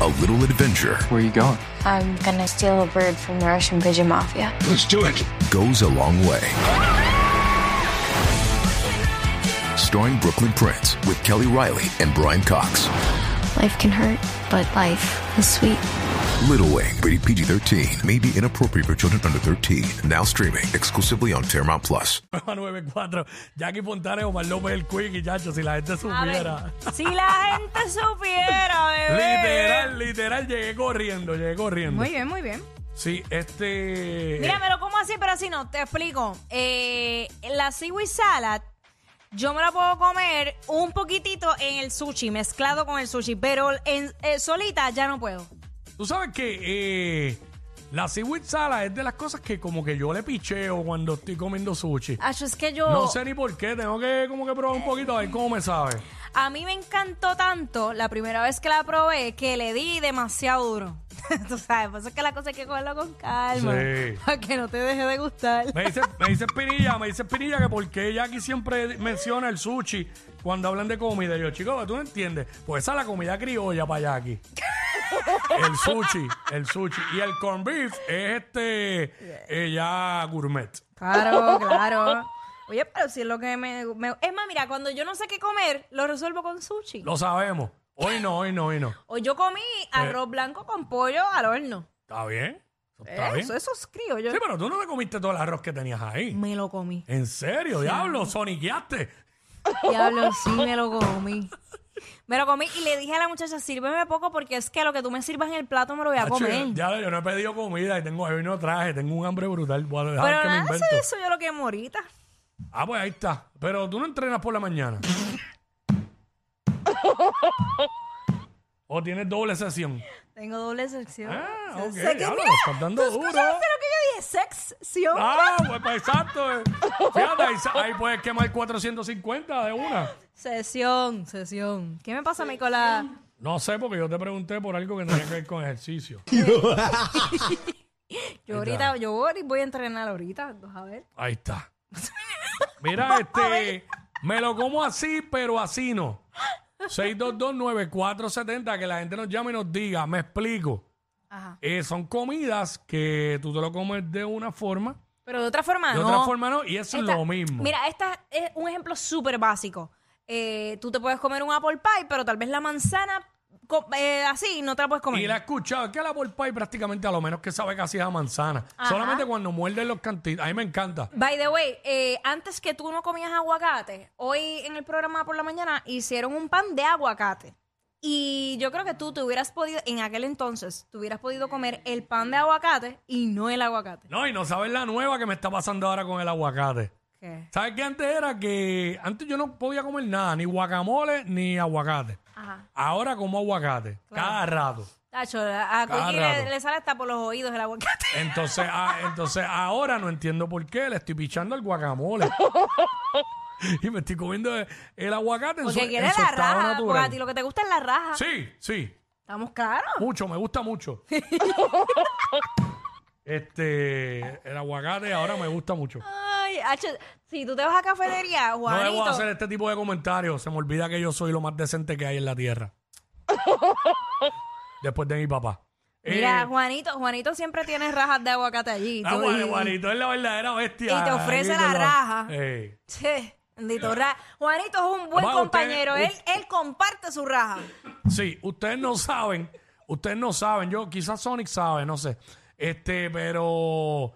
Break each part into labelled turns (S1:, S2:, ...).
S1: A little adventure
S2: Where are you going?
S3: I'm gonna steal a bird from the Russian pigeon mafia.
S4: Let's do it.
S1: goes a long way. Starring Brooklyn Prince with Kelly Riley and Brian Cox.
S5: Life can hurt, but life is sweet.
S1: Little Wing, rated PG 13, may be inappropriate for children under 13. Now streaming exclusively on Paramount Plus.
S6: a 94. Jackie Fontanes, Omar López, el Quick y Chacho, si la gente supiera.
S7: Si la gente supiera, bebé.
S6: Literal, literal, llegué corriendo, llegué corriendo.
S7: Eh. Muy bien, muy bien.
S6: Sí, este.
S7: Mira, me lo como así, pero así no, te explico. Eh, la seaweed salad, yo me la puedo comer un poquitito en el sushi, mezclado con el sushi, pero en, eh, solita ya no puedo.
S6: eh, Tú sabes que eh, la seaweed sala es de las cosas que como que yo le picheo cuando estoy comiendo sushi.
S7: Acho, es que yo...
S6: No sé ni por qué, tengo que como que probar un poquito a ver cómo me sabe.
S7: A mí me encantó tanto la primera vez que la probé que le di demasiado duro. Tú sabes, por eso es que la cosa hay que cogerlo con calma.
S6: Sí.
S7: Para que no te deje de gustar.
S6: Me dice, me dice Pinilla, me dice Pinilla que por qué Jackie siempre menciona el sushi cuando hablan de comida. Yo, chico, tú no entiendes. Pues esa es la comida criolla para Jackie. el sushi, el sushi. Y el corn beef es este, eh, ya gourmet.
S7: Claro, claro. Oye, pero si es lo que me, me- Es más, mira, cuando yo no sé qué comer, lo resuelvo con sushi.
S6: Lo Eh. sabemos. Hoy no, hoy no, hoy no.
S7: O yo comí arroz blanco con pollo al horno.
S6: ¿Está bien? Eso ¿Está bien?
S7: Eh, Eso, eso es criollo.
S6: Sí, pero tú no te comiste todo el arroz que tenías ahí.
S7: Me lo comí.
S6: ¿En serio? Diablo, soniqueaste.
S7: Diablo, sí me lo comí. Me lo comí y le dije a la muchacha, sírveme poco porque es que lo que tú me sirvas en el plato me lo voy a
S6: Acho,
S7: comer.
S6: Ya, yo no he pedido comida y tengo, hoy no traje, tengo un hambre brutal. Voy a dejar
S7: Pero
S6: que me
S7: nada,
S6: invento.
S7: eso, eso yo lo que ahorita.
S6: Ah, pues ahí está. Pero tú no entrenas por la mañana. o tienes doble sesión.
S7: Tengo doble sección.
S6: Ah,
S7: Se-
S6: ok.
S7: se- que
S6: diablo,
S7: mira,
S6: me estás dando
S7: ¿tú
S6: duro.
S7: escuchaste lo que yo dije? Sección.
S6: Ah, pues pues, exacto. eh. Fíjate, ahí, sa- ahí puedes quemar 450 de una.
S7: Sesión, sesión. ¿Qué me pasa, Nicolás?
S6: No sé, porque yo te pregunté por algo que no tenía que ver con ejercicio.
S7: Yo ahorita, yo voy voy a entrenar ahorita, vas a ver.
S6: Ahí está. Mira, este, me lo como así, pero así no. 6229470, que la gente nos llame y nos diga, me explico.
S7: Ajá.
S6: Eh, son comidas que tú te lo comes de una forma,
S7: Pero de otra forma,
S6: de
S7: Ah, no.
S6: otra forma no, y eso es
S7: Esta-
S6: lo mismo.
S7: Mira, esta es un ejemplo súper básico. Eh, tú te puedes comer un apple pie, pero tal vez la manzana co- eh, así no te la puedes comer.
S6: y la he escuchado, es que la apple pie prácticamente a lo menos que sabe casi a manzana.
S7: Ajá.
S6: Solamente cuando muerden los cantitos. A mí me encanta.
S7: By the way, eh, antes que tú no comías aguacate, hoy en el programa por la mañana hicieron un pan de aguacate. Y yo creo que tú te hubieras podido, en aquel entonces, te hubieras podido comer el pan de aguacate y no el aguacate.
S6: No, y no sabes la nueva que me está pasando ahora con el aguacate.
S7: ¿Qué?
S6: ¿Sabes qué antes era? Que antes yo no podía comer nada, ni guacamole ni aguacate.
S7: Ajá.
S6: Ahora como aguacate, cada rato.
S7: Tacho, a a
S6: Cada
S7: Coqui
S6: rato.
S7: le, le sale hasta por los oídos el aguacate.
S6: Entonces, ah, entonces ahora no entiendo por qué le estoy pichando el guacamole. y me estoy comiendo el, el aguacate en su,
S7: Porque
S6: en
S7: quieres
S6: su
S7: la
S6: estado
S7: raja, porque a
S6: natural.
S7: ti lo que te gusta es la raja.
S6: Sí, sí,
S7: ¿Estamos claros?
S6: mucho, me gusta mucho. este, el aguacate ahora me gusta mucho.
S7: Ay, Hacho, si tú te vas a cafetería,
S6: No
S7: Juanito.
S6: debo hacer este tipo de comentarios. Se me olvida que yo soy lo más decente que hay en la tierra. Después de mi papá. Eh,
S7: Mira, Juanito, Juanito siempre tiene rajas de aguacate allí.
S6: ah,
S7: tú-
S6: Juan-
S7: y-
S6: Juanito es la verdadera bestia.
S7: y te ofrece
S6: Ahí
S7: la
S6: te lo-
S7: raja.
S6: Eh.
S7: Che, bendito ra- Juanito es un buen
S6: Además,
S7: compañero.
S6: usted-
S7: él, él comparte su raja.
S6: Sí, ustedes no saben, ustedes no saben, yo quizás Sonic sabe, no sé. Este, pero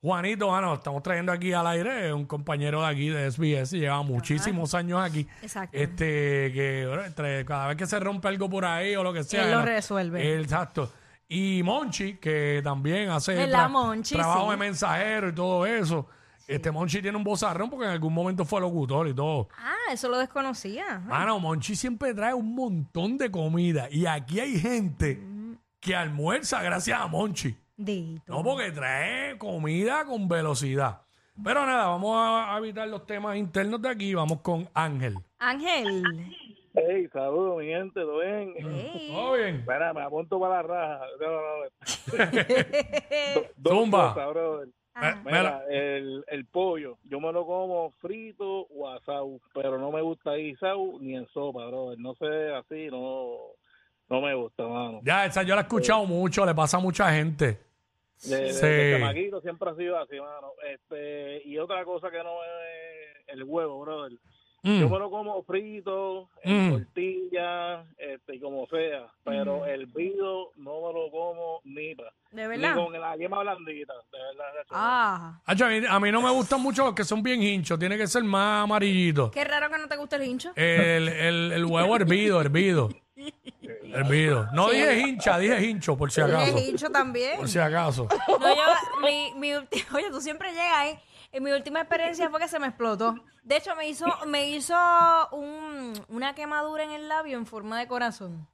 S6: Juanito, bueno, estamos trayendo aquí al aire un compañero de aquí de SBS y lleva muchísimos años aquí.
S7: Exacto.
S6: Este, que bueno, entre- cada vez que se rompe algo por ahí o lo que sea.
S7: lo
S6: ¿no?
S7: resuelve.
S6: Él, exacto. Y Monchi, que también hace
S7: ¿Verdad, Monchi?
S6: trabajo
S7: Sí.
S6: de mensajero y todo eso. Este Monchi tiene un bozarrón porque en algún momento fue locutor y todo.
S7: Ah, eso lo desconocía. Ajá.
S6: Mano, Monchi siempre trae un montón de comida. Y aquí hay gente que almuerza gracias a Monchi.
S7: Dito.
S6: No, porque trae comida con velocidad. Pero nada, vamos a evitar los temas internos de aquí. Vamos con Ángel.
S7: Ángel.
S2: Hey, saludos, mi gente, lo ven.
S7: Ey.
S6: ¿Todo bien?
S2: Espera, me apunto para la raja. No, no, no. Do- dos
S6: Zumba.
S2: cosas, brother.
S6: Eh, mira,
S2: Mira, el, el pollo, yo me lo como frito o asado, pero no me gusta guisado ni en sopa, brother. No sé, así, no, no me gusta, mano.
S6: ya, esa yo la he escuchado mucho, le pasa a mucha gente.
S2: De, de-
S6: Sí.
S2: de chamaquito siempre ha sido así, mano. Este, y otra cosa que no es el huevo, brother.
S6: Mm.
S2: Yo me lo como frito,
S6: Mm. Mm.
S2: en tortilla, este, y como sea, pero hervido no me lo como ni pa.
S7: ¿De
S2: Ni
S7: verdad?
S2: con la yema blandita, de verdad. eso
S7: Ah.
S6: Hacho, a, mí, a mí no me gustan mucho los que son bien hinchos, tiene que ser más amarillito.
S7: Qué raro que no te guste el hincho.
S6: El, el- el huevo hervido, hervido. Hervido. No dije hincha, dije hincho, por si Este acaso.
S7: El hincho también.
S6: Por si acaso.
S7: No, yo, mi, mi ulti- oye, tú siempre llegas ahí. En mi última experiencia fue que se me explotó. De hecho, me hizo, me hizo un- una quemadura en el labio en forma de corazón.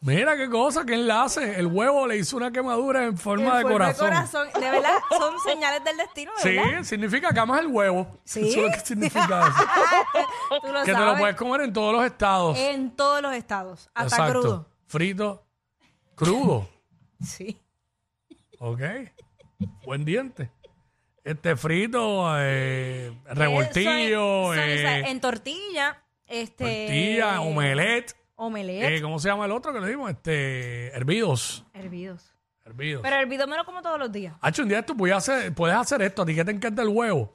S6: Mira qué cosa, qué enlace. El huevo le hizo una quemadura en forma de
S7: En forma
S6: corazón.
S7: De, corazón. De verdad, son señales del destino,
S6: Sí,
S7: ¿verdad?
S6: significa que amas el huevo.
S7: Sí.
S6: Eso es lo que significa eso.
S7: Tú lo
S6: que te lo
S7: sabes.
S6: puedes comer en todos los estados.
S7: En todos los estados. Eh, Hasta
S6: Exacto.
S7: crudo.
S6: Frito. Crudo.
S7: Sí.
S6: Ok. Buen diente. Este frito, eh, revoltillo,
S7: Son- son
S6: eh,
S7: esa- en tortilla, este.
S6: tortilla, omelette.
S7: Omelette.
S6: eh, ¿Cómo se llama el otro que le dimos? Este, hervidos.
S7: hervidos.
S6: Hervidos.
S7: Pero hervido me lo como todos los días.
S6: Hacho, un día tú puedes hacer, puedes hacer esto. A ti que te encanta el huevo.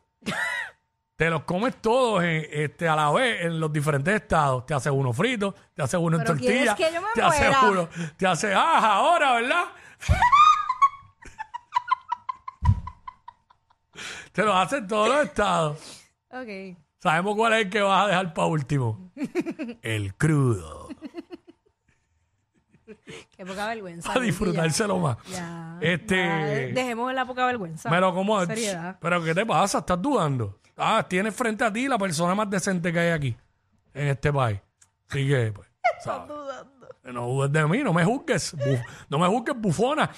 S6: te los comes todos en- este, a la vez en los diferentes estados. Te haces uno frito, te haces uno
S7: Pero
S6: en tortilla.
S7: ¿quieres que yo me
S6: te haces
S7: muera?
S6: uno. Te haces ajá ahora, ¿verdad? te los haces en todos los estados.
S7: Ok.
S6: Sabemos cuál es el que vas a dejar para último. el crudo.
S7: Qué poca vergüenza.
S6: Para
S7: Luis,
S6: disfrutárselo más.
S7: ya. Ya,
S6: Este.
S7: ya, Dejemos la poca vergüenza.
S6: Pero como
S7: Seriedad.
S6: pero qué te pasa, estás dudando. Ah, tienes frente a ti la persona más decente que hay aquí en este país. Así que pues, sabes. No dudes de mí, no me juzgues, bu- no me juzgues bufona.